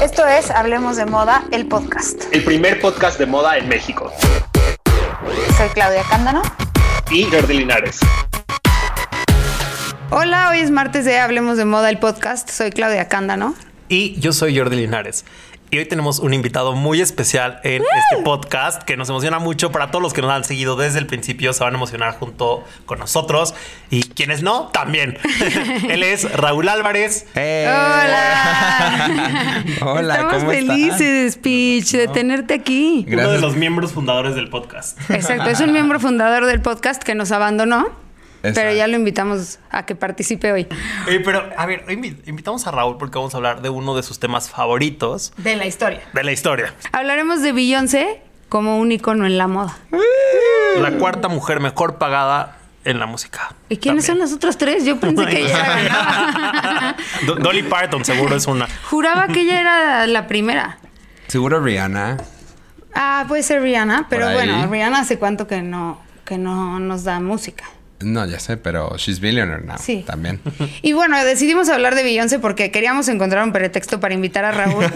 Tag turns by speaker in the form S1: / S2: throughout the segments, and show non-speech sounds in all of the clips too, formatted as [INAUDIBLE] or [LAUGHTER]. S1: Esto es Hablemos de Moda, el podcast.
S2: El primer podcast de moda en México.
S1: Soy Claudia Cándano.
S2: Y Jordi Linares.
S1: Hola, hoy es martes de Hablemos de Moda, el podcast. Soy Claudia Cándano.
S3: Y yo soy Jordi Linares. Y hoy tenemos un invitado muy especial en este podcast que nos emociona mucho. Para todos los que nos han seguido desde el principio, se van a emocionar junto con nosotros. Y quienes no, también. [LAUGHS] Él es Raúl Álvarez.
S4: ¡Eh!
S1: Hola.
S4: [LAUGHS] Hola,
S1: Estamos
S4: ¿cómo están?
S5: felices, Peach, de tenerte aquí.
S3: Uno de
S4: Gracias.
S3: los miembros fundadores del podcast.
S5: Exacto, es
S4: [LAUGHS]
S5: un miembro fundador del podcast que nos abandonó, pero
S4: Exacto.
S5: ya lo invitamos a que participe hoy.
S3: Eh, pero, a ver, invi- invitamos a Raúl porque vamos a hablar de uno de sus temas favoritos
S1: De la historia.
S3: de la historia.
S5: Hablaremos de Beyoncé como un icono en la moda.
S3: La cuarta mujer mejor pagada en la música.
S5: ¿Y quiénes son
S3: También.
S5: los otros tres? Yo pensé que ella
S4: [LAUGHS]
S5: ganaba.
S3: Do- Dolly Parton seguro es una.
S5: Juraba que ella era la primera.
S4: Seguro Rihanna.
S5: Ah, puede ser Rihanna, pero
S4: Por ahí.
S5: bueno, Rihanna hace cuánto que no, que no nos da música.
S4: No, ya sé, pero she's billionaire now.
S5: Sí.
S4: También.
S5: Y bueno, decidimos hablar de Beyoncé porque queríamos encontrar un pretexto para invitar a
S4: [LAUGHS]
S5: Raúl. [LAUGHS]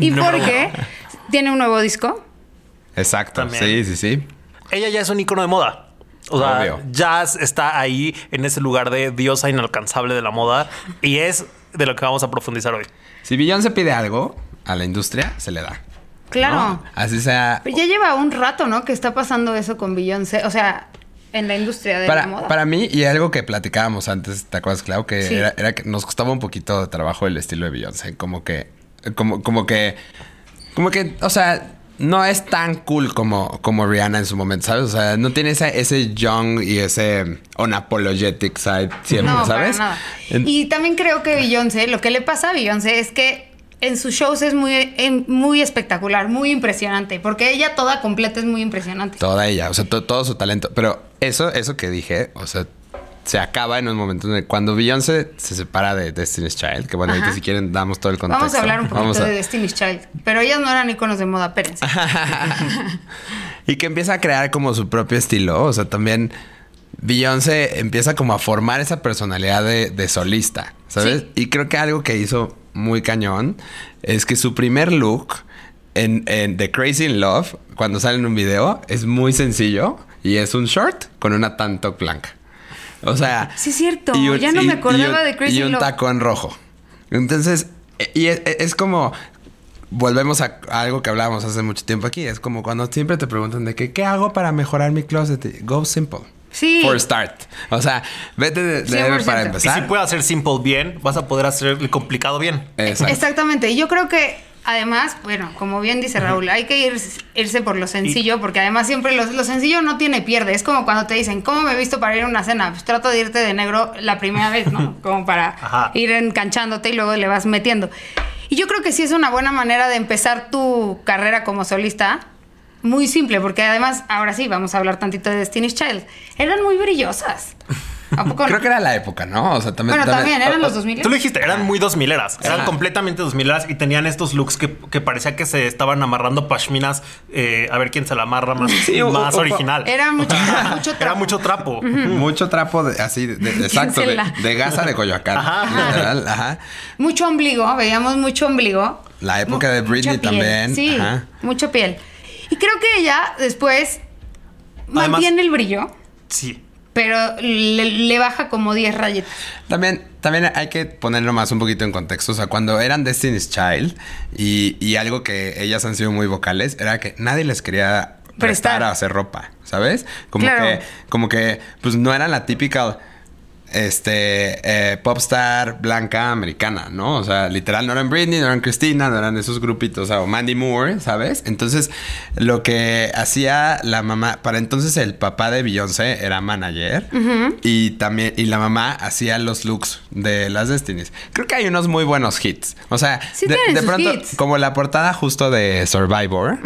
S5: y
S3: Número
S5: porque tiene un nuevo disco.
S4: Exacto.
S3: También.
S4: Sí, sí, sí.
S3: Ella ya es un icono de moda. O sea,
S4: Obvio.
S3: ya está ahí en ese lugar de diosa inalcanzable de la moda y es de lo que vamos a profundizar hoy.
S4: Si Beyoncé pide algo a la industria, se le da.
S5: Claro.
S4: ¿no? Así sea.
S5: Pero ya lleva un rato, ¿no? Que está pasando eso con Beyoncé. O sea, en la industria de la
S4: Para,
S5: moda.
S4: para mí, y algo que platicábamos antes, ¿te acuerdas, Clau? Que
S5: Sí.
S4: era, era que nos costaba un poquito de trabajo el estilo de Beyoncé. Como que. Como, como que. Como que, o sea. No es tan cool como, como Rihanna en su momento, ¿sabes? O sea, no tiene ese, ese young y ese unapologetic side siempre,
S5: no,
S4: ¿sabes?
S5: para nada.
S4: En-
S5: Y también creo que Beyoncé, lo que le pasa a Beyoncé es que en sus shows es muy, en- muy espectacular, muy impresionante. Porque ella toda completa es muy impresionante.
S4: Toda ella, o sea, to- todo su talento. Pero eso, eso que dije, o sea, se acaba en un momento en el- cuando Beyoncé se separa de Destiny's Child, que bueno, ahorita
S5: Ajá.
S4: si quieren damos todo el contexto.
S5: Vamos a hablar un poquito
S4: Vamos a-
S5: de Destiny's Child. Pero ellas no eran iconos de moda, espérense.
S4: [LAUGHS] Y que empieza a crear como su propio estilo, o sea, también Beyoncé empieza como a formar esa personalidad de, de solista, ¿sabes?
S5: Sí.
S4: Y creo que algo que hizo muy cañón es que su primer look en, en The Crazy in Love, cuando sale en un video, es muy sencillo y es un short con una tanto blanca. O sea...
S5: Sí, es cierto. Ya no me acordaba
S4: un-
S5: de Crazy
S4: Y
S5: in
S4: un
S5: Love.
S4: tacón rojo. Entonces, e- y es, es como... Volvemos a, a algo que hablábamos hace mucho tiempo aquí. Es como cuando siempre te preguntan de que, ¿qué hago para mejorar mi closet? Go simple.
S5: Sí.
S4: For start. O sea, vete de, de-
S5: 100%.
S4: para
S3: Y si
S4: empezar.
S3: puedes hacer simple bien, vas a poder hacer el complicado bien.
S4: Exacto.
S5: Exactamente. Y Yo creo que además, bueno, como bien dice Raúl, hay que ir- irse por lo sencillo, porque además siempre lo, lo sencillo no tiene pierde. Es como cuando te dicen, ¿cómo me he visto para ir a una cena? Pues trato de irte de negro la primera vez, ¿no?
S4: [LAUGHS]
S5: Como para
S3: Ajá.
S5: ir enganchándote y luego le vas metiendo. Y yo creo que sí es una buena manera de empezar tu carrera como solista. Muy simple, porque además, ahora sí, vamos a hablar tantito de Destiny's Child. Eran muy brillosas. ¿A
S4: [LAUGHS]
S5: poco no?
S4: Creo que era la época, ¿no? O sea, también...
S5: Bueno, también eran los 2000.
S3: Tú lo dijiste, eran muy dos mileras, eran
S4: Ajá.
S3: completamente dos mileras y tenían estos looks que, que parecía que se estaban amarrando pashminas eh, a ver quién se la amarra más,
S4: o-
S3: más
S4: o-
S3: original.
S5: Era
S4: [LAUGHS]
S5: mucho, mucho
S3: Era
S5: trapo.
S3: mucho trapo.
S4: Mucho trapo de- así, de,
S5: [LAUGHS]
S4: de- exacto, de,
S5: Piénsela.
S4: de gasa de Coyoacán.
S3: Ajá.
S4: Literal, ajá.
S5: Mucho ombligo, veíamos mucho ombligo.
S4: La época
S5: Mu-
S4: de Britney
S5: mucha piel,
S4: también,
S5: Sí,
S4: ajá.
S5: mucha piel. Y creo que ella después
S3: Además-
S5: mantiene el brillo,
S3: Sí.
S5: pero le, le baja como 10 rayitas.
S4: También, también hay que ponerlo más un poquito en contexto. O sea, cuando eran Destiny's Child y, y algo que ellas han sido muy vocales, era que nadie les quería prestar
S5: Prestar.
S4: a hacer ropa, ¿sabes? Como
S5: Claro.
S4: que, como que, pues no era la típica este eh, popstar blanca americana, ¿no? O sea, literal, no eran Britney, no eran Christina, no eran esos grupitos, o sea, o Mandy Moore, ¿sabes? Entonces, lo que hacía la mamá, para entonces el papá de Beyoncé era manager y también, y la mamá hacía los looks de las Destinies. Creo que hay unos muy buenos hits, o sea,
S5: Sí
S4: de,
S5: tienen
S4: de
S5: sus
S4: pronto,
S5: hits.
S4: como la portada justo de Survivor.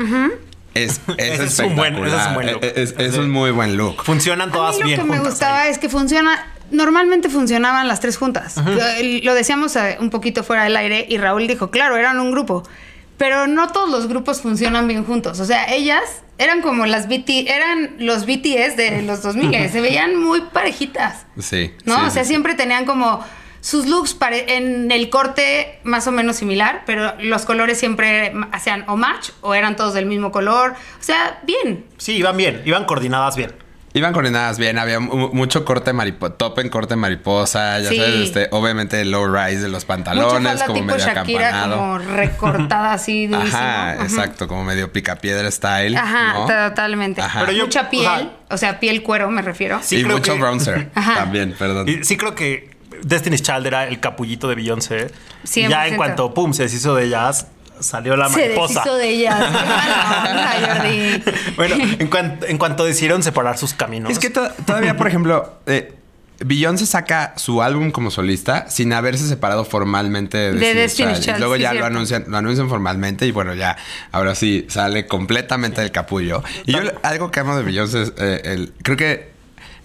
S4: Es,
S3: [LAUGHS]
S4: es
S3: Ese es un buen- ese es un
S4: espectacular.
S3: buen look.
S4: Es- es un muy buen look.
S3: Funcionan
S5: A
S3: todas
S5: mí lo
S3: bien.
S5: que me
S3: juntas
S5: gustaba
S3: ahí.
S5: es que funciona. Normalmente funcionaban las tres juntas. Lo- Lo decíamos eh, un poquito fuera del aire y Raúl dijo, claro, eran un grupo. Pero no todos los grupos funcionan bien juntos. O sea, ellas eran como las BT, eran los BTS de los 2000. Se veían muy parejitas.
S4: Sí.
S5: ¿No?
S4: sí,
S5: o sea,
S4: sí.
S5: siempre tenían como Sus looks pare- en el corte más o menos similar, pero los colores siempre hacían o match o eran todos del mismo color. O sea, bien.
S3: Sí, iban bien, iban coordinadas bien.
S4: Iban coordinadas bien, había mu- mucho corte mariposa, top en corte mariposa, ya
S5: Sí.
S4: sabes, este, obviamente el low rise de los
S5: Mucha
S4: pantalones,
S5: falda
S4: como
S5: tipo
S4: medio
S5: Shakira,
S4: acampanado.
S5: como recortada así durísimo.
S4: [LAUGHS] Ajá,
S5: Ajá.
S4: exacto, como medio picapiedra style.
S5: Ajá,
S4: ¿no?
S5: totalmente.
S4: Ajá.
S3: Pero yo-
S5: Mucha piel,
S3: o sea-
S5: o sea, piel cuero me refiero.
S3: Sí,
S4: y
S3: creo
S4: mucho
S3: que-
S4: bronzer
S5: [LAUGHS] Ajá.
S4: también, perdón.
S3: Y sí creo que Destiny's Child era el capullito de Beyoncé. Y Ya en
S5: 100%.
S3: cuanto, pum, se deshizo de ellas, salió la
S5: Se
S3: mariposa. [LAUGHS]
S5: deshizo de [LAUGHS] Ah, ellas. Qué mala onda, Jordi.
S3: bueno, en, cuan- en cuanto decidieron separar sus caminos.
S4: Es que to- todavía, por ejemplo, eh, Beyoncé saca su álbum como solista sin haberse separado formalmente de,
S5: De
S4: Destiny's
S5: Destiny's
S4: Child. Y
S5: Child,
S4: luego
S5: sí,
S4: ya lo
S5: cierto.
S4: anuncian, lo anuncian formalmente y bueno, ya ahora sí sale completamente del capullo. Y yo algo que amo de Beyoncé es eh, el, creo que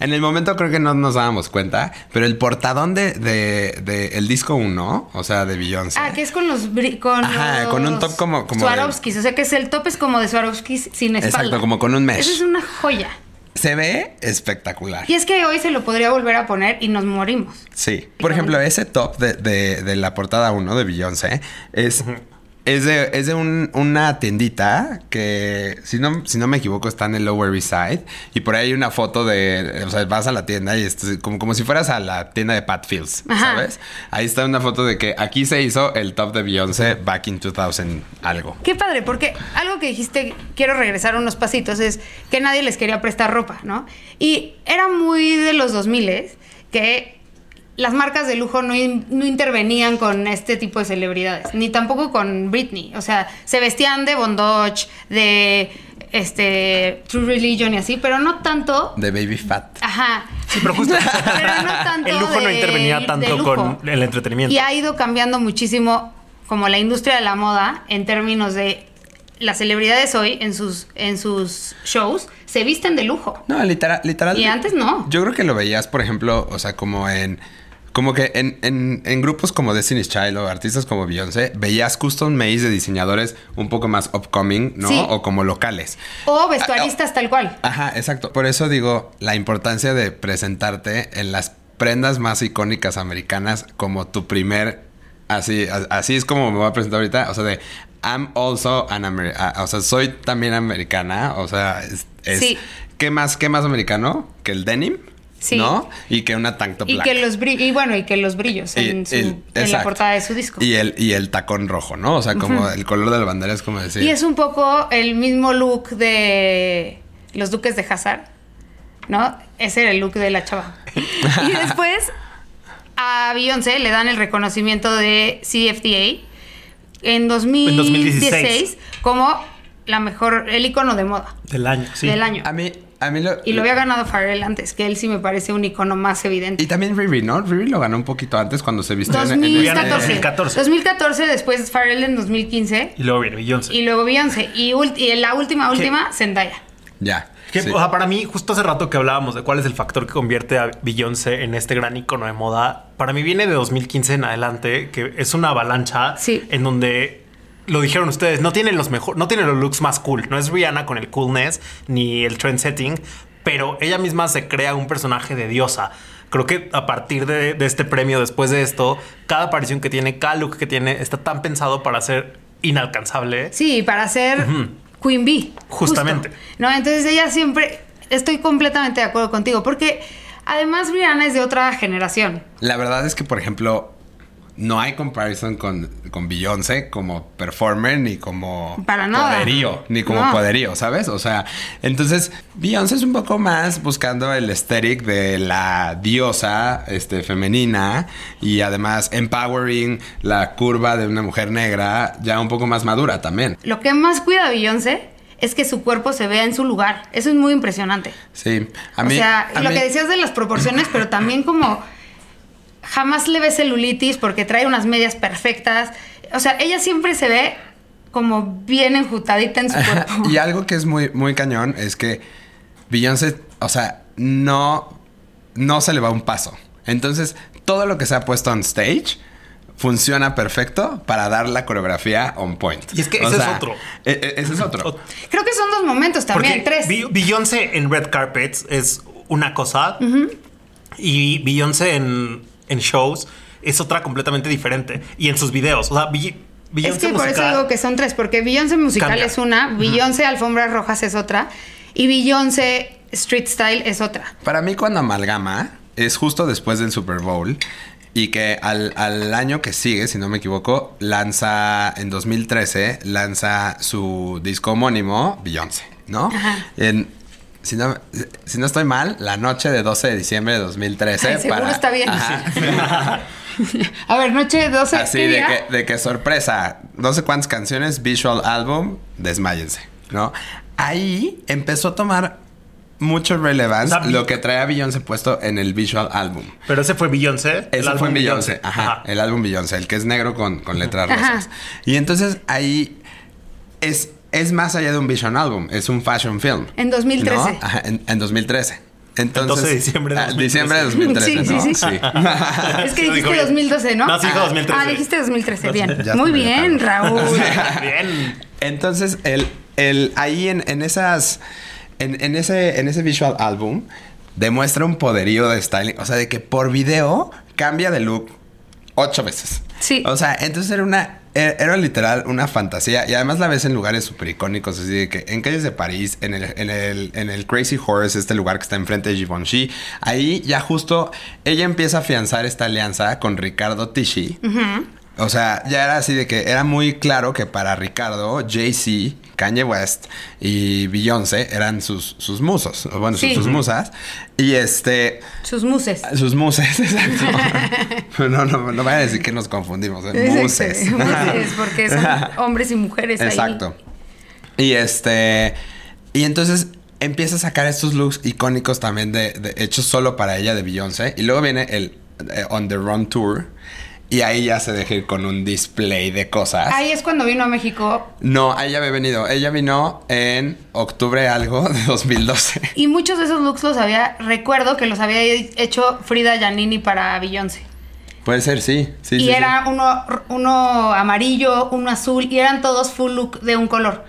S4: en el momento creo que no nos dábamos cuenta, pero el portadón de, de- de el disco 1, o sea, de Beyoncé.
S5: Ah, que es con los bri- con
S4: Ajá,
S5: los
S4: con un top como- como de-
S5: Swarovskis, o sea que es el top es como de Swarovskis sin espalda.
S4: Exacto, como con un mesh.
S5: Eso es una joya.
S4: Se ve espectacular.
S5: Y es que hoy se lo podría volver a poner y nos morimos.
S4: Sí. Por ejemplo, ese top de, de- de la portada 1 de Beyoncé es, es de, es de un- una tiendita que, si no, si no me equivoco, está en el Lower East Side. Y por ahí hay una foto de, o sea, vas a la tienda y es como, como si fueras a la tienda de Pat Fields,
S5: Ajá.
S4: ¿sabes? Ahí está una foto de que aquí se hizo el top de Beyoncé back in 2000 algo.
S5: Qué padre, porque algo que dijiste, quiero regresar unos pasitos, es que nadie les quería prestar ropa, ¿no? Y era muy de los 2000 que las marcas de lujo no, in- no intervenían con este tipo de celebridades, ni tampoco con Britney. O sea, se vestían de Bondoch, de este, True Religion y así, pero no tanto.
S4: De Baby Fat.
S5: Ajá.
S3: Sí, [LAUGHS] pero justo.
S5: [LAUGHS] Pero no tanto
S3: el lujo no
S5: de-
S3: intervenía
S5: de
S3: tanto
S5: lujo.
S3: con el entretenimiento.
S5: Y ha ido cambiando muchísimo como la industria de la moda en términos de las celebridades hoy en sus, en sus shows se visten de lujo.
S4: No, literal, literal.
S5: Y antes no.
S4: Yo creo que lo veías, por ejemplo, o sea, como en. Como que en, en- en grupos como Destiny's Child o artistas como Beyoncé, veías custom mades de diseñadores un poco más upcoming, ¿no?
S5: Sí.
S4: O como locales.
S5: O
S4: Ah, oh.
S5: vestuaristas tal cual.
S4: Ajá, exacto. Por eso digo la importancia de presentarte en las prendas más icónicas americanas como tu primer. Así, a- así es como me voy a presentar ahorita. O sea, de I'm also an Amer- a- O sea, soy también americana. O sea, es. es-
S5: Sí.
S4: ¿Qué más, qué más americano que el denim?
S5: Sí.
S4: ¿No? Y que una tank top
S5: Y
S4: black.
S5: que los bri- y bueno, y que los brillos
S4: Y-
S5: en, su-
S4: y-
S5: en la
S4: exacto.
S5: portada de su disco.
S4: Y el, y el tacón rojo, ¿no? O sea, como el color de la bandera es como decir.
S5: Y es un poco el mismo look de los duques de Hazard, ¿no? Ese era el look de la chava. y después a Beyoncé le dan el reconocimiento de CFDA en 2016,
S3: 2016.
S5: como la mejor, el icono de moda
S3: Del año, sí.
S5: del año.
S4: A mí, a mí lo.
S5: Y lo había ganado Pharrell antes, que él sí me parece un icono más evidente.
S4: Y también Riri, ¿no? Riri lo ganó un poquito antes cuando se vistió en- en,
S3: en
S5: 2014.
S3: 2014.
S5: 2014, después Pharrell en 2015
S3: Y luego viene Beyoncé.
S5: y luego Beyoncé. Y, ult- y la última, última, Zendaya.
S4: Ya.
S3: Que,
S4: sí.
S3: o sea, para mí, justo hace rato que hablábamos de cuál es el factor que convierte a Beyoncé en este gran icono de moda, para mí viene de 2015 en adelante, que es una avalancha
S5: Sí.
S3: en donde lo dijeron ustedes, no tienen los mejor, no tienen los looks más cool, no es Rihanna con el coolness ni el trend setting, pero ella misma se crea un personaje de diosa. Creo que a partir de, de este premio, después de esto, cada aparición que tiene, cada look que tiene, está tan pensado para ser inalcanzable.
S5: Sí, para ser Queen Bee. justo.
S3: Justamente.
S5: No, entonces ella siempre. Estoy completamente de acuerdo contigo, porque además Rihanna es de otra generación.
S4: La verdad es que, por ejemplo, no hay comparison con, con Beyoncé como performer ni como
S5: Para nada.
S4: poderío, ni como
S5: No.
S4: poderío, ¿sabes? O sea, entonces Beyoncé es un poco más buscando el aesthetic de la diosa este, femenina y además empowering la curva de una mujer negra ya un poco más madura también.
S5: Lo que más cuida a Beyoncé es que su cuerpo se vea en su lugar. Eso es muy impresionante.
S4: Sí, a mí.
S5: o sea,
S4: a
S5: lo
S4: mí-
S5: que decías de las proporciones, pero también como jamás le ves celulitis porque trae unas medias perfectas. O sea, ella siempre se ve como bien enjutadita en su cuerpo.
S4: y algo que es muy, muy cañón es que Beyoncé, o sea, no, no se le va un paso. Entonces, todo lo que se ha puesto on stage funciona perfecto para dar la coreografía on point.
S3: Y es que
S4: O
S3: ese es otro.
S4: e- e- ese es otro.
S5: Creo que son dos momentos también,
S3: Porque
S5: tres.
S3: Be- Beyoncé en Red Carpets es una cosa y Beyoncé en, en shows es otra completamente diferente. Y en sus videos, o sea, Bill- Beyoncé
S5: es que por eso
S3: musical-
S5: digo que son tres, porque Beyoncé musical
S3: Cambia.
S5: es una, Beyoncé alfombras rojas es otra y Beyoncé street style es otra.
S4: Para mí cuando amalgama es justo después del Super Bowl y que al, al año que sigue, si no me equivoco, lanza en 2013, lanza su disco homónimo, Beyoncé, ¿no? En, si no, si no estoy mal, la noche de 12 de diciembre de 2013.
S5: Ay, seguro
S4: para-
S5: está bien. [LAUGHS]
S4: Ajá.
S5: A ver, noche 12
S4: Así
S5: ¿qué
S4: de
S5: día?
S4: que, de que sorpresa, no sé cuántas canciones, visual album, desmáyense, ¿no? Ahí empezó a tomar mucho relevance
S3: O sea,
S4: lo que trae a Beyoncé puesto en el visual album.
S3: Pero ese fue Beyoncé. el
S4: Eso fue
S3: álbum
S4: en Beyoncé, ajá, el álbum Beyoncé, el que es negro con, con letras
S5: Ajá.
S4: rosas. Y entonces ahí es, es más allá de un vision album, es un fashion film.
S5: En 2013.
S4: ¿no? Ajá, en, en
S3: El 12 de diciembre de
S4: Ah, diciembre de 2013.
S5: Sí, sí,
S4: ¿no?
S5: sí. [LAUGHS]
S4: [LAUGHS]
S5: Es que
S3: Sí, lo dijo
S5: dijiste
S3: bien.
S5: 2012, ¿no?
S3: No, sí, dijo
S5: Ah,
S3: 2013.
S5: Ah, dijiste 2013, bien.
S4: Ya
S5: Muy
S4: estoy
S5: bien, Raúl.
S4: [LAUGHS]
S5: [LAUGHS]
S3: Bien.
S4: Entonces, el, el, ahí en, en esas. En, en ese, en ese visual álbum demuestra un poderío de styling. O sea, de que por video cambia de look ocho veces.
S5: Sí.
S4: O sea, entonces era una. Era era literal una fantasía. Y además la ves en lugares súper icónicos. Así de que en calles de París, en el, en, el, en el Crazy Horse, este lugar que está enfrente de Givenchy. Ahí ya justo ella empieza a afianzar esta alianza con Ricardo Tisci. O sea, ya era así de que era muy claro que para Ricardo, Jay-Z, Kanye West y Beyoncé eran sus, sus musos. o Bueno, sus-
S5: Sí.
S4: sus musas. Y este.
S5: Sus muses.
S4: Sus muses, [LAUGHS]
S5: [LAUGHS]
S4: exacto. no, no, no vayan a decir que nos confundimos. ¿eh?
S5: Exacto,
S4: Muses.
S5: Este, muses, porque
S4: [LAUGHS]
S5: son hombres y mujeres ahí.
S4: Exacto. Y este. Y entonces empieza a sacar estos looks icónicos también de, de- hechos solo para ella de Beyoncé. Y luego viene el eh, On the Run Tour. Y ahí ya se deja ir con un display de cosas.
S5: Ahí es cuando vino a México
S4: No, ella había venido. Ella vino en octubre algo de 2012.
S5: y muchos de esos looks los había, recuerdo que los había hecho Frida Giannini para Beyoncé.
S4: Puede ser, sí. sí
S5: y
S4: sí, sí.
S5: era Uno, uno amarillo, uno azul, y eran todos full look de un color.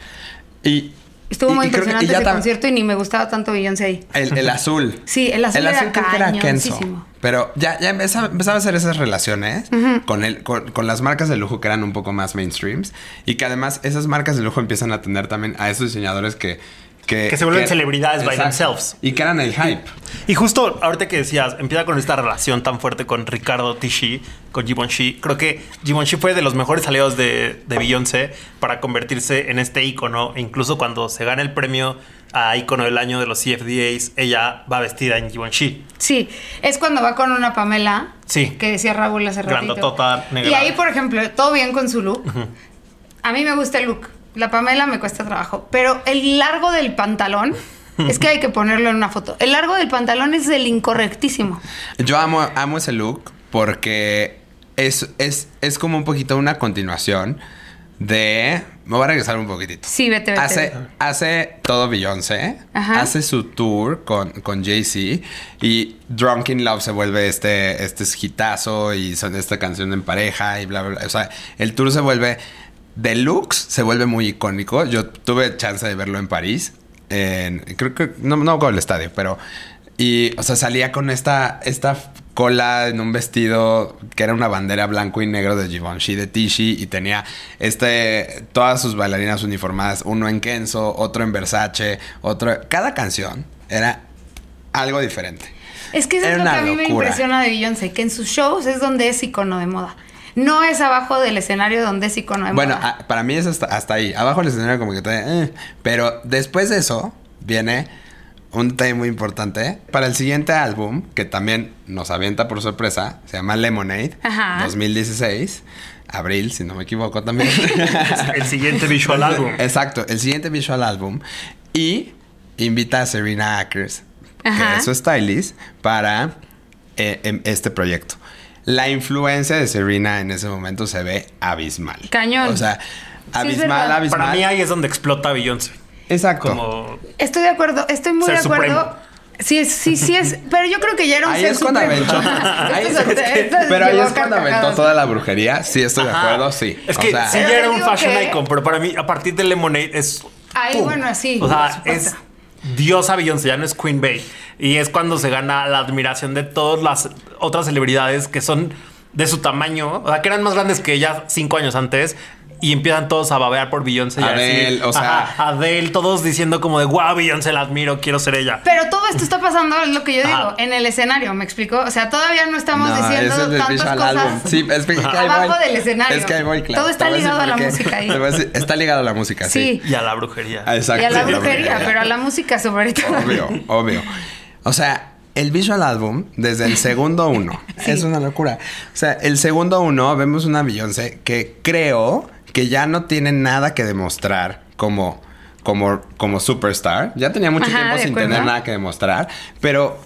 S4: Y,
S5: Estuvo
S4: y-
S5: muy
S4: y creo que- y
S5: impresionante
S4: ya
S5: ese
S4: tam-
S5: concierto y ni me gustaba tanto Beyoncé ahí.
S4: El, el azul.
S5: Sí, el azul era
S4: creo que
S5: cañoncísimo.
S4: Pero ya, ya empezaba, empezaba a hacer esas relaciones con, el, con, con las marcas de lujo que eran un poco más mainstreams. Y que además esas marcas de lujo empiezan a tener también a esos diseñadores que... Que,
S3: Que se vuelven celebridades by
S4: Exacto.
S3: themselves.
S4: Y que eran el hype.
S3: Y justo ahorita que decías, empieza con esta relación tan fuerte con Ricardo Tisci, con Givenchy. Creo que Givenchy fue de los mejores aliados de, de Beyoncé para convertirse en este ícono. E incluso cuando se gana el premio a ícono del año de los CFDAs, ella va vestida en Givenchy.
S5: Sí, es cuando va con una Pamela.
S3: Sí.
S5: Que decía Raúl hace ratito.
S3: Grandotota, negra.
S5: Y ahí, por ejemplo, todo bien con su look. A mí me gusta el look. La Pamela me cuesta trabajo. Pero el largo del pantalón, es que hay que ponerlo en una foto. El largo del pantalón es el incorrectísimo.
S4: Yo amo, amo ese look porque es, es, es como un poquito una continuación de... Me voy a regresar un poquitito.
S5: Sí, vete, vete.
S4: hace,
S5: vete.
S4: hace todo Beyoncé,
S5: Ajá.
S4: hace su tour con, con Jay-Z y Drunk in Love se vuelve este, este hitazo y son esta canción en pareja y bla, bla, bla. O sea, el tour se vuelve deluxe, se vuelve muy icónico. Yo tuve chance de verlo en París, en- creo que, no, no con el estadio, pero... Y, o sea, salía con esta, esta cola en un vestido que era una bandera blanco y negro de Givenchy de Tishy y tenía este todas sus bailarinas uniformadas, uno en Kenzo, otro en Versace, otro cada canción era algo diferente.
S5: Es que eso es lo
S4: Era
S5: que
S4: una
S5: a mí me
S4: locura.
S5: impresiona de Beyoncé, que en sus shows es donde es icono de moda. No es abajo del escenario donde es icono de
S4: Bueno, ah,
S5: moda.
S4: a- para mí es hasta, hasta ahí. Abajo el escenario como que todavía, eh. pero después de eso viene un tema muy importante para el siguiente álbum que también nos avienta por sorpresa, se llama Lemonade,
S5: Ajá.
S4: 2016, abril si no me
S5: [LAUGHS]
S4: equivoco también. [LAUGHS]
S3: El siguiente visual álbum.
S4: Exacto, el siguiente visual álbum. Y invita a Serena Akers,
S5: Ajá.
S4: que es su stylist, para eh, em- este proyecto. La influencia de Serena en ese momento se ve abismal.
S5: Cañón.
S4: O sea, abismal,
S5: verdad.
S4: abismal.
S3: Para mí ahí es donde explota Beyoncé.
S4: Exacto.
S3: Como
S5: Estoy de acuerdo, estoy muy
S3: Ser
S5: de acuerdo.
S3: supremo.
S5: Sí, es- sí, sí es. Pero yo creo que ya era un
S4: Ahí
S5: ser
S4: es cuando
S5: supremo.
S4: aventó. [LAUGHS] ahí
S5: [LAUGHS] Esto
S4: es-
S5: es- esto es
S4: pero ahí
S5: llevó
S4: es cuando aventó
S5: carcajadas.
S4: toda la brujería. Sí, estoy de
S3: Ajá.
S4: acuerdo, sí.
S3: Es
S4: O
S3: que
S4: sea,
S3: sí
S5: Pero
S3: ya era
S5: yo
S3: un
S5: digo
S3: fashion
S5: que-
S3: icon, pero para mí, a partir de Lemonade es.
S5: Ay,
S3: ¡pum!
S5: bueno, sí,
S3: O sea,
S5: por
S3: es
S5: supuesto.
S3: diosa Beyoncé, ya no es Queen Bey. Y es cuando se gana la admiración de todas las otras celebridades que son de su tamaño, o sea, que eran más grandes que ella cinco años antes. Y empiezan todos a babear por Beyoncé. y a decir,
S4: Adele, o sea.
S3: ajá, Adele, todos diciendo como de, wow, Beyoncé, la admiro, quiero ser ella.
S5: Pero todo esto está pasando, es lo que yo digo,
S3: Ajá.
S5: en el escenario, ¿me explico? O sea, todavía no estamos
S4: Ah. No,
S5: diciendo
S4: ese es del
S5: tantas
S4: visual
S5: cosas.
S4: álbum. Sí,
S5: [LAUGHS]
S4: es que, es que ahí
S5: Abajo
S4: voy.
S5: del escenario.
S4: Es que ahí voy, claro.
S5: Todo está
S4: Te voy
S5: ligado a la
S4: decir por qué.
S5: música ahí.
S4: Te voy a decir- está ligado a la música, sí.
S5: Sí.
S3: Y a la brujería.
S4: Ah, Exacto.
S5: Y a la
S3: Sí, la
S5: brujería, pero a la música sobre todo.
S4: [LAUGHS] Obvio, obvio. O sea, el visual album, desde el segundo
S5: [LAUGHS]
S4: uno, es una locura. O sea, el segundo uno vemos una Beyoncé que creo que ya no tiene nada que demostrar como, como, como superstar. Ya tenía mucho
S5: Ajá,
S4: tiempo
S5: de
S4: sin
S5: acuerdo.
S4: tener nada que demostrar, pero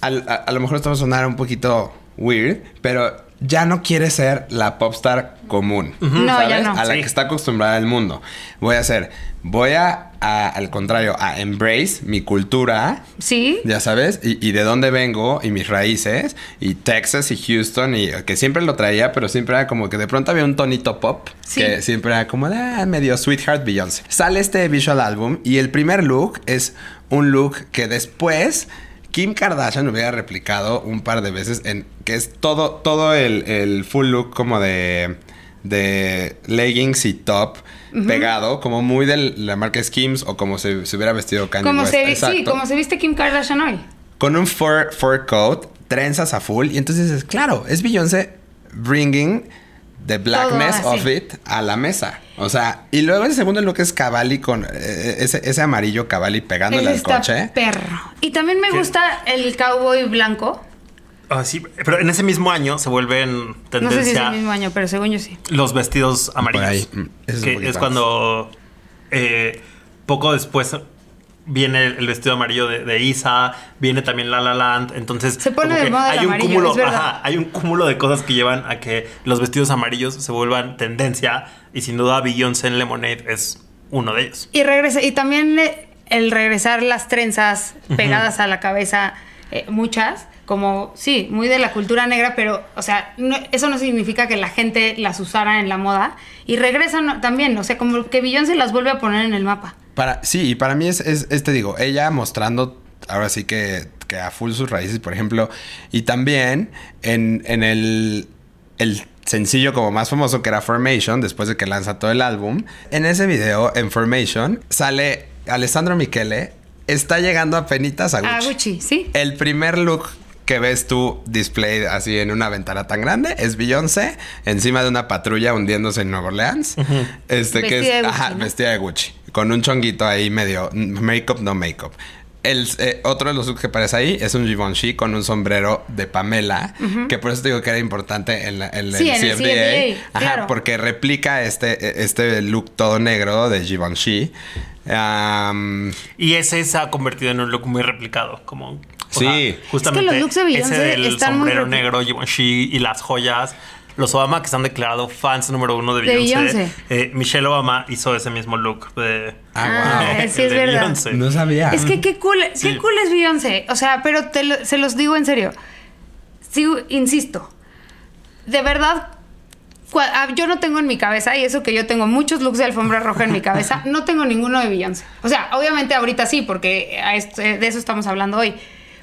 S4: al- a, a lo mejor esto va a sonar un poquito weird, pero ya no quiere ser la popstar común.
S5: No, ya no.
S4: A la
S3: Sí.
S4: que está acostumbrada el mundo. Voy a hacer, voy a, a- al contrario, a embrace mi cultura,
S5: Sí.
S4: ya sabes, y, y de dónde vengo y mis raíces, y Texas y Houston, y que siempre lo traía, pero siempre era como que de pronto había un tonito pop,
S5: Sí.
S4: que siempre era como de, ah, medio sweetheart Beyoncé. Sale este visual album y el primer look es un look que después... Kim Kardashian hubiera replicado un par de veces en que es todo, todo el, el full look como de, de leggings y top pegado, como muy de la marca Skims o como se, se hubiera vestido Kanye
S5: Como
S4: West.
S5: se, vi- sí,
S4: Exacto
S5: como se viste Kim Kardashian hoy.
S4: con un fur, fur coat, trenzas a full. Y entonces es claro, es Beyoncé bringing the black
S5: Todo
S4: mess
S5: así.
S4: of it a la mesa. O sea, y luego el segundo look es Cavalli con eh, ese, ese amarillo Cavalli pegándole
S5: Él
S4: al
S5: está
S4: coche. ¿eh?
S5: perro. Y también me
S3: ¿Qué?
S5: gusta el cowboy blanco.
S3: Ah, sí, pero en ese mismo año se vuelven
S5: No
S3: tendencia
S5: sé si es el mismo año, pero según yo sí.
S3: los vestidos amarillos.
S4: ahí, mm, eso es un
S3: que
S4: poquito
S3: es cuando eh, poco después viene el, el vestido amarillo de, de Isa, viene también La La Land, entonces
S5: Se pone
S3: como
S5: de
S3: que
S5: moda el
S3: hay un
S5: amarillo,
S3: cúmulo,
S5: es verdad.
S3: ajá, hay un cúmulo de cosas que llevan a que los vestidos amarillos se vuelvan tendencia y sin duda Beyoncé en Lemonade es uno de ellos.
S5: Y regresa, y también eh, el regresar las trenzas pegadas a la cabeza, eh, muchas, como sí, muy de la cultura negra, pero, o sea, no- eso no significa que la gente las usara en la moda. Y regresan no- también, o sea, como que Billón se las vuelve a poner en el mapa.
S4: Para, sí, y para mí es, es, es, te digo, ella mostrando ahora sí que, que a full sus raíces, por ejemplo, y también en, en el, el sencillo como más famoso que era Formation, después de que lanza todo el álbum, en ese video, en Formation, sale Alessandro Michele, está llegando a penitas a
S5: A
S4: Gucci.
S5: Gucci, sí.
S4: El primer look que ves tú displayed así en una ventana tan grande es Beyoncé encima de una patrulla hundiéndose en Nueva Orleans. Este que
S5: Vestida de
S4: es
S5: Gucci,
S4: ajá,
S5: ¿no?
S4: vestida de Gucci con un chonguito ahí medio mm, make-up no make-up. El, eh, otro de los looks que aparece ahí es un Givenchy con un sombrero de Pamela, que por eso te digo que era importante en, la- en
S5: Sí,
S4: el
S5: en el
S4: CFDA.
S5: CFDA,
S4: Ajá,
S5: claro.
S4: porque replica este, este look todo negro de Givenchy. Am,
S3: Y ese se ha convertido en un look muy replicado, como o
S4: Sí.
S3: sea,
S4: Es que
S3: justamente
S5: los looks de Beyoncé
S3: ese del
S5: están muy
S3: sombrero
S5: repli-
S3: negro, Givenchy y las joyas. Los Obama que se han declarado fans número uno de
S5: De
S3: Beyoncé.
S5: Beyoncé.
S3: Eh, Michelle Obama hizo ese mismo look de.
S4: Ah,
S3: [LAUGHS]
S5: Ah,
S3: el
S5: sí, es
S3: de
S5: verdad.
S3: Beyoncé.
S4: No sabía.
S5: Es que qué cool,
S3: Sí.
S5: qué cool es Beyoncé. O sea, pero te lo- se los digo en serio. Sigo, insisto. De verdad, cua- ah, yo no tengo en mi cabeza, y eso que yo tengo muchos looks de alfombra roja en mi cabeza, no tengo ninguno de Beyoncé. O sea, obviamente ahorita sí, porque a esto- eh, de eso estamos hablando hoy.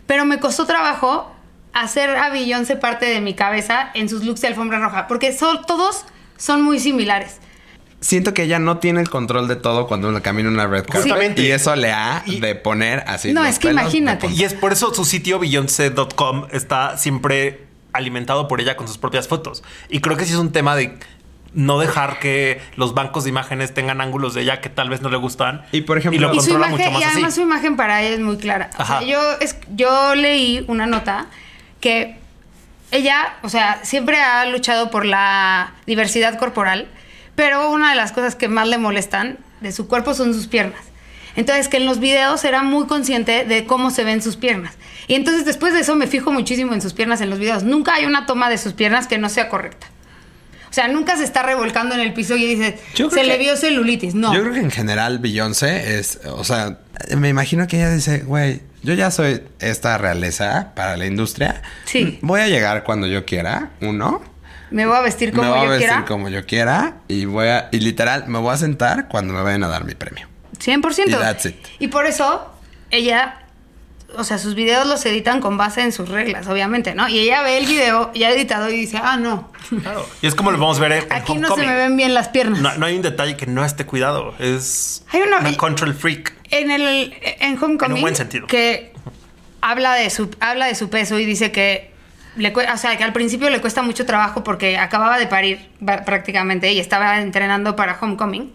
S5: Pero me costó trabajo hacer a Beyoncé parte de mi cabeza en sus looks de alfombra roja, porque son, todos son muy similares.
S4: siento que ella no tiene el control de todo cuando uno camina una red carpet.
S3: Justamente.
S4: Y eso le ha
S3: Y-
S4: de poner así.
S5: No,
S4: los
S5: es que
S4: pelos de
S5: imagínate.
S4: punta.
S3: Y es por eso su sitio Beyoncé.com está siempre alimentado por ella con sus propias fotos. Y creo que sí es un tema de no dejar que los bancos de imágenes tengan ángulos de ella que tal vez no le gustan.
S4: Y, por ejemplo-
S3: lo
S5: y su
S3: controla mucho
S5: imagen,
S3: más
S5: y
S3: así.
S5: además su imagen para ella es muy clara. O sea,
S3: Ajá.
S5: yo, es, yo leí una nota que ella, o sea, siempre ha luchado por la diversidad corporal, pero una de las cosas que más le molestan de su cuerpo son sus piernas. Entonces, que en los videos era muy consciente de cómo se ven sus piernas. Y entonces, después de eso, me fijo muchísimo en sus piernas en los videos. Nunca hay una toma de sus piernas que no sea correcta. O sea, nunca se está revolcando en el piso y dice,
S4: Yo creo
S5: se le
S4: que-
S5: vio celulitis. No.
S4: Yo creo que en general Beyoncé es, o sea, me imagino que ella dice, güey, yo ya soy esta realeza para la industria.
S5: Sí.
S4: Voy a llegar cuando yo quiera, uno.
S5: Me voy a vestir como
S4: me voy
S5: yo
S4: a vestir
S5: quiera.
S4: como yo quiera y voy a, y literal, me voy a sentar cuando me vayan a dar mi premio.
S5: 100%.
S4: Y that's it.
S5: Y por eso ella o sea, sus videos los editan con base en sus reglas, obviamente, ¿no? Y ella ve el video ya editado y dice, ah, no,
S3: Claro. Y es como lo vamos a ver en, en
S5: aquí no se
S3: Homecoming.
S5: me ven bien las piernas.
S3: No, no hay un detalle que no esté cuidado. Es
S5: Hay una-
S3: control freak.
S5: En el en Homecoming,
S3: En un buen sentido.
S5: que habla de su habla de su peso y dice que le, cue- o sea, que al principio le cuesta mucho trabajo porque acababa de parir ba- prácticamente y estaba entrenando para Homecoming.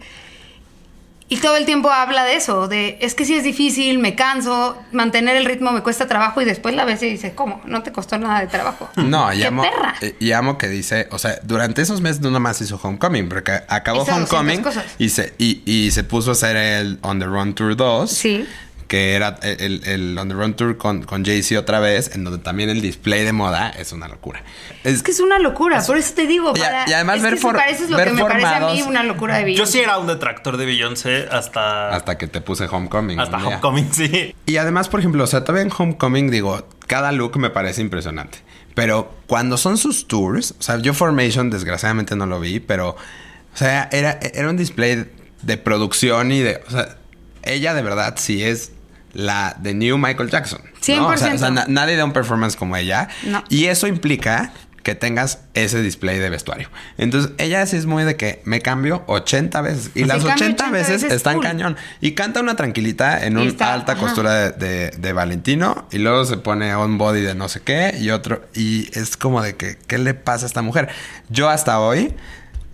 S5: Y todo el tiempo habla de eso, de es que sí es difícil, me canso, mantener el ritmo me cuesta trabajo y después la ves y dices, ¿cómo? No te costó nada de
S4: [LAUGHS]
S5: trabajo.
S4: No,
S5: [LAUGHS]
S4: y
S5: ¡Qué
S4: amo,
S5: perra!
S4: eh, y amo que dice, o sea, durante esos meses no nomás hizo Homecoming, porque acabó
S5: Hizo
S4: Homecoming
S5: 200 cosas.
S4: y se, y, y se puso a hacer el On the Run Tour 2.
S5: Sí.
S4: Que era el, el- el On the Run Tour con, con Jay-Z otra vez, en donde también el display de moda es una locura. Es,
S5: Es que es una locura, por eso te digo.
S4: Y a-
S5: para-
S4: y además
S5: es
S4: ver
S5: que eso
S4: for-
S5: parece es lo
S4: ver
S5: que me parece a mí
S4: formados-
S5: una locura de vida.
S3: Yo sí era un detractor de Beyoncé hasta, hasta,
S4: hasta que te puse Homecoming. un día.
S3: Homecoming, sí.
S4: Y además, por ejemplo, o sea, todavía en Homecoming, digo, cada look me parece impresionante. Pero cuando son sus tours, o sea, yo Formation desgraciadamente no lo vi, pero, o sea, era, era un display de producción y de, o sea, ella de verdad sí es la de New Michael Jackson. ¿no? O sea, o sea,
S5: 100%.
S4: na- nadie da un performance como ella.
S5: No.
S4: Y eso implica que tengas ese display de vestuario. Entonces, ella sí es muy de que me cambio 80 veces. Y
S5: Se
S4: las
S5: cambia
S4: 80,
S5: 80
S4: veces,
S5: veces,
S4: están
S5: cool.
S4: cañón. Y canta una tranquilita en
S5: Y
S4: una
S5: está-
S4: alta
S5: ajá.
S4: costura de, de- de Valentino y luego se pone on body de no sé qué y otro y es como de que qué le pasa a esta mujer. Yo hasta hoy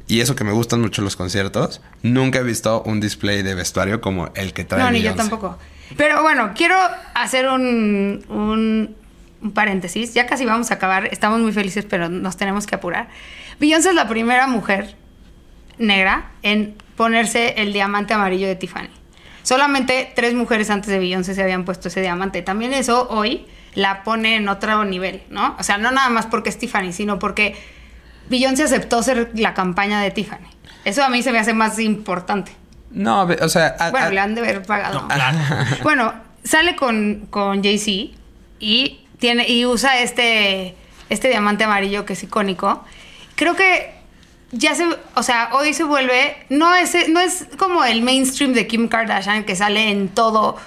S4: y eso que me gustan mucho los conciertos, nunca he visto un display de vestuario como el que trae
S5: No, ni yo
S4: Beyoncé.
S5: tampoco. Pero bueno, quiero hacer un, un- un paréntesis. Ya casi vamos a acabar. Estamos muy felices, pero nos tenemos que apurar. Beyoncé es la primera mujer negra en ponerse el diamante amarillo de Tiffany. Solamente tres mujeres antes de Beyoncé se habían puesto ese diamante. También eso hoy la pone en otro nivel, ¿no? O sea, no nada más porque es Tiffany, sino porque Beyoncé aceptó ser la campaña de Tiffany. Eso a mí se me hace más importante.
S4: No, ve- o sea, a-
S5: Bueno,
S4: a-
S5: le
S4: [LAUGHS]
S5: han de haber pagado.
S3: claro.
S5: [LAUGHS] Bueno, sale con, con Jay-Z y, tiene- y usa este, este diamante amarillo que es icónico. Creo que ya se. O sea, hoy se vuelve. No es, no es como el mainstream de Kim Kardashian que sale en todo,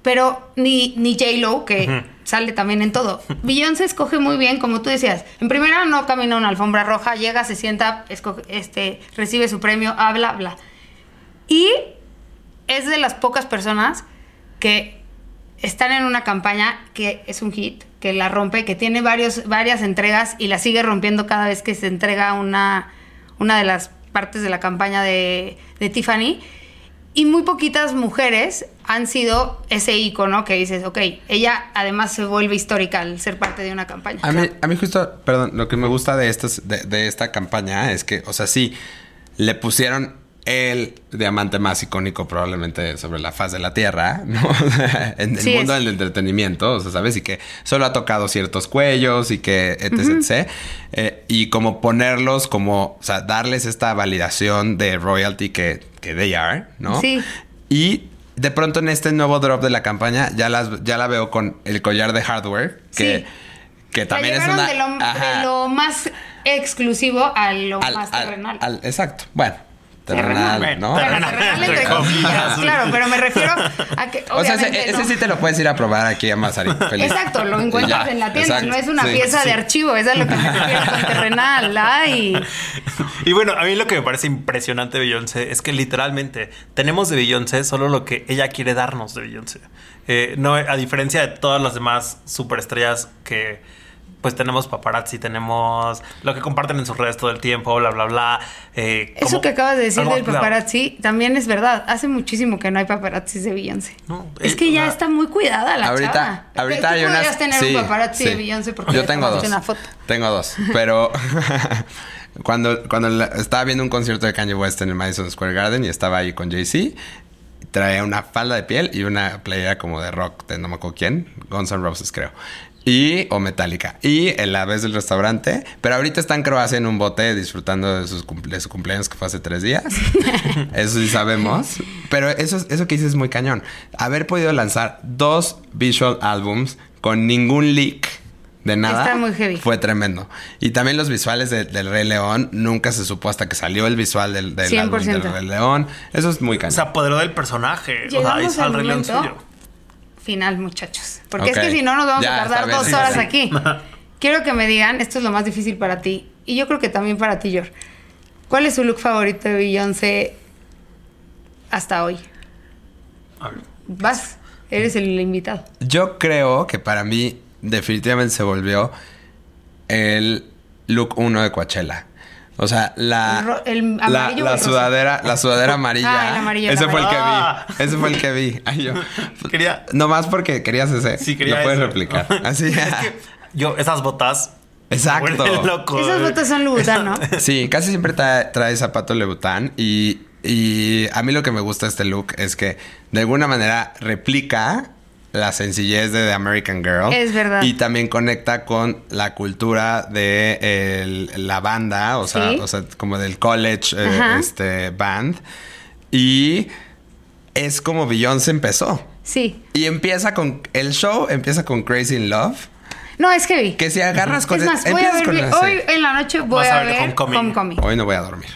S5: pero ni, ni J-Lo que. Sale también en todo. Beyoncé escoge muy bien, como tú decías. En primera no camina una alfombra roja, llega, se sienta, escoge- este, recibe su premio, habla, bla. Y es de las pocas personas que están en una campaña que es un hit, que la rompe, que tiene varios, varias entregas y la sigue rompiendo cada vez que se entrega una, una de las partes de la campaña de, de Tiffany. Y muy poquitas mujeres han sido ese icono que dices, ok, ella además se vuelve histórica al ser parte de una campaña.
S4: A mí, a mí justo, perdón, lo que me gusta de, estas, de, de esta campaña es que, o sea, sí, le pusieron el diamante más icónico probablemente sobre la faz de la Tierra, [LAUGHS] ¿no? en el
S5: Sí,
S4: mundo
S5: es.
S4: del entretenimiento, o sea, ¿sabes? Y que solo ha tocado ciertos cuellos y que, etc, etc. Eh, y como ponerlos, como, o sea, darles esta validación de royalty que, que they are, ¿no?
S5: Sí.
S4: Y... De pronto en este nuevo drop de la campaña ya, las, ya la veo con el collar de hardware que,
S5: Sí.
S4: que
S5: La
S4: también es
S5: llevaron
S4: una.
S5: de, lo, de
S4: ajá,
S5: lo más exclusivo a lo
S4: al-
S5: más
S4: al-
S5: terrenal.
S4: al- exacto. Bueno,
S5: Terrenal,
S4: terrenal,
S3: bueno,
S4: Ah, ¿no?
S3: terrenal.
S5: Bueno, terrenal entre
S3: Entre
S5: comillas,
S3: comillas.
S5: claro, pero me refiero a que.
S4: O sea, ese,
S5: obviamente,
S4: ese
S5: no.
S4: sí te lo puedes ir a probar aquí a Mazari.
S5: [LAUGHS]
S4: feliz.
S5: Exacto, lo encuentras
S4: Ya,
S5: en la tienda,
S4: exacto,
S5: no es una
S4: sí,
S5: pieza
S4: sí.
S5: de archivo, esa es lo que me refiero con terrenal. Ay,
S3: Y bueno, a mí lo que me parece impresionante de Beyoncé es que literalmente tenemos de Beyoncé solo lo que ella quiere darnos de Beyoncé. Eh, no, a diferencia de todas las demás superestrellas que pues tenemos paparazzi, tenemos lo que comparten en sus redes todo el tiempo, bla, bla, bla. eh,
S5: eso
S3: como-
S5: que acabas de decir
S3: algo
S5: del
S3: cuidado.
S5: paparazzi también es verdad. Hace muchísimo que no hay paparazzis de Beyoncé.
S3: No,
S5: es
S3: eh,
S5: que
S3: o
S5: ya
S3: sea,
S5: está muy cuidada la
S4: ahorita,
S5: chava.
S4: ahorita
S5: Tú
S4: hay unas.
S5: podrías tener
S4: sí,
S5: un paparazzi
S4: sí.
S5: de Beyoncé porque
S4: Yo
S5: le
S4: tengo
S5: tomaste
S4: dos.
S5: una foto.
S4: Tengo dos.
S5: [LAUGHS]
S4: Pero [LAUGHS] cuando, cuando la- estaba viendo un concierto de Kanye West en el Madison Square Garden y estaba ahí con Jay-Z, traía una falda de piel y una playera como de rock de no me acuerdo quién, Guns N' Roses, creo. Y, o Metallica. Y en la vez del restaurante. Pero ahorita está en Croacia en un bote disfrutando de, sus cumple- de su cumpleaños que fue hace tres
S5: [LAUGHS]
S4: días. eso sí sabemos. Pero eso, es- eso que dices es muy cañón. Haber podido lanzar dos visual albums con ningún leak de nada.
S5: Está muy heavy.
S4: Fue tremendo. Y también los visuales de- del Rey León. Nunca se supo hasta que salió el visual del, del álbum
S5: 100%.
S4: del Rey León. Eso es muy
S3: O
S4: cañón.
S3: sea, apoderó del personaje. O sea,
S5: Llegamos
S3: hizo
S5: al
S3: al Rey León
S5: momento
S3: suyo.
S5: final, muchachos. Porque
S4: Ok.
S5: es que si no nos vamos
S4: Ya,
S5: a tardar
S4: está bien,
S5: dos
S4: sí,
S5: horas
S4: sí.
S5: aquí. Quiero que me digan, esto es lo más difícil para ti, y yo creo que también para ti, George. ¿Cuál es su look favorito de Beyoncé hasta hoy?
S3: A ver.
S5: Vas, eres el invitado.
S4: Yo creo que para mí definitivamente se volvió el look 1 de Coachella. O sea, la,
S5: El ro- el
S4: la-
S5: amarillo
S4: la
S5: o el rosa.
S4: sudadera, la sudadera amarilla.
S5: Ah, el amarillo, Ah. el
S4: Ese fue el que
S3: amarillo.
S4: vi. Ese fue el que vi. Ay, yo.
S3: Quería-
S4: Nomás porque querías ese.
S3: Sí, quería
S4: Lo puedes
S3: ese. [LAUGHS]
S4: replicar. Así.
S3: Es que yo, esas botas.
S4: Exacto.
S3: me vuelven [LAUGHS] loco.
S5: Esas botas son
S3: [LAUGHS]
S5: Louboutin, ¿no?
S4: Sí, casi siempre tra- trae zapato Lebután y, y a mí lo que me gusta de este look es que de alguna manera replica la sencillez de The American Girl.
S5: Es verdad.
S4: Y también conecta con la cultura de el- la banda, o sea,
S5: Sí.
S4: o sea, como del college eh,
S5: Ajá.
S4: este, band. Y es como Beyoncé empezó.
S5: Sí.
S4: Y empieza con, el show empieza con Crazy in Love.
S5: No, es que vi.
S4: Que si agarras con
S5: es más,
S4: el-
S5: voy a
S4: empiezas
S5: ver,
S4: con
S5: vi-
S4: ese.
S5: hoy en la noche voy
S3: Vas
S5: a ver Homecoming. [LAUGHS]
S4: Hoy no voy a dormir.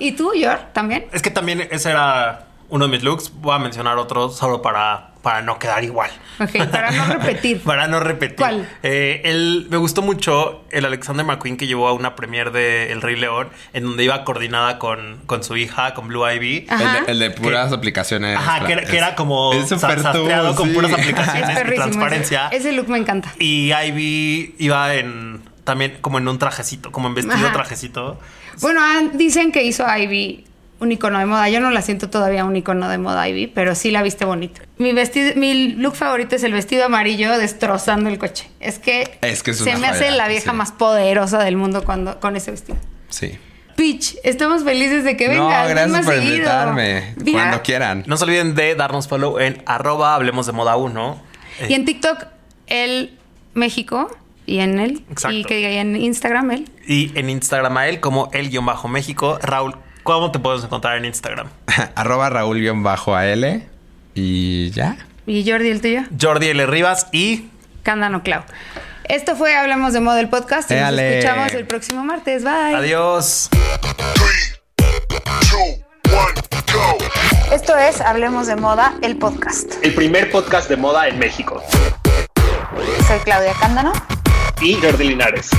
S5: ¿Y tú, George, también?
S3: Es que también ese era uno de mis looks. Voy a mencionar otro solo para, para no quedar igual.
S5: Ok, para no repetir.
S3: Para no repetir.
S5: ¿Cuál?
S3: Eh, el- me gustó mucho el Alexander McQueen que llevó a una premier de El Rey León, en donde iba coordinada con, con su hija, con Blue Ivy.
S5: Ah. Ajá.
S4: El de, el de puras aplicaciones.
S3: Ajá, que era, que era como
S4: Es
S3: sa-
S4: súper
S3: sastreado
S4: tú,
S3: con
S4: sí. [LAUGHS]
S3: puras
S5: Es
S3: aplicaciones de
S5: perrísimo.
S3: transparencia.
S5: Ese, ese look me encanta.
S3: Y Ivy iba en también como en un trajecito, como en vestido
S5: Ajá.
S3: trajecito.
S5: Bueno, ah, dicen que hizo a Ivy un icono de moda. Yo no la siento todavía un icono de moda, Ivy, pero sí la viste bonito. Mi, vestido, mi look favorito es el vestido amarillo destrozando el coche. Es que,
S4: Es que es
S5: se
S4: una
S5: me hace
S4: joya,
S5: la vieja
S4: sí.
S5: más poderosa del mundo cuando, con ese vestido.
S4: Sí.
S5: Peach, estamos felices de que
S4: no,
S5: vengas. ven
S4: gracias
S5: más
S4: por
S5: seguido.
S4: invitarme.
S5: Mira,
S4: Cuando quieran.
S3: No se olviden de darnos follow en arroba hablemos de moda 1.
S5: Y en TikTok, el México y en él.
S3: Exacto.
S5: Y que diga, y en Instagram, él.
S3: Y en Instagram a él como el guión bajo México. Raúl, ¿cómo te podemos encontrar en Instagram?
S4: [LAUGHS] Arroba Raúl-AL. Y ya.
S5: Y Jordi, el tuyo.
S3: Jordi L. Rivas y
S5: Cándano Clau. Esto fue Hablemos de Moda, el podcast. Y nos
S4: Éale.
S5: escuchamos el próximo martes. Bye.
S3: adiós.
S6: two, one, go.
S1: Esto es Hablemos de Moda, el podcast.
S2: El primer podcast de moda en México.
S1: Soy Claudia Cándano.
S2: Y Jordi Linares.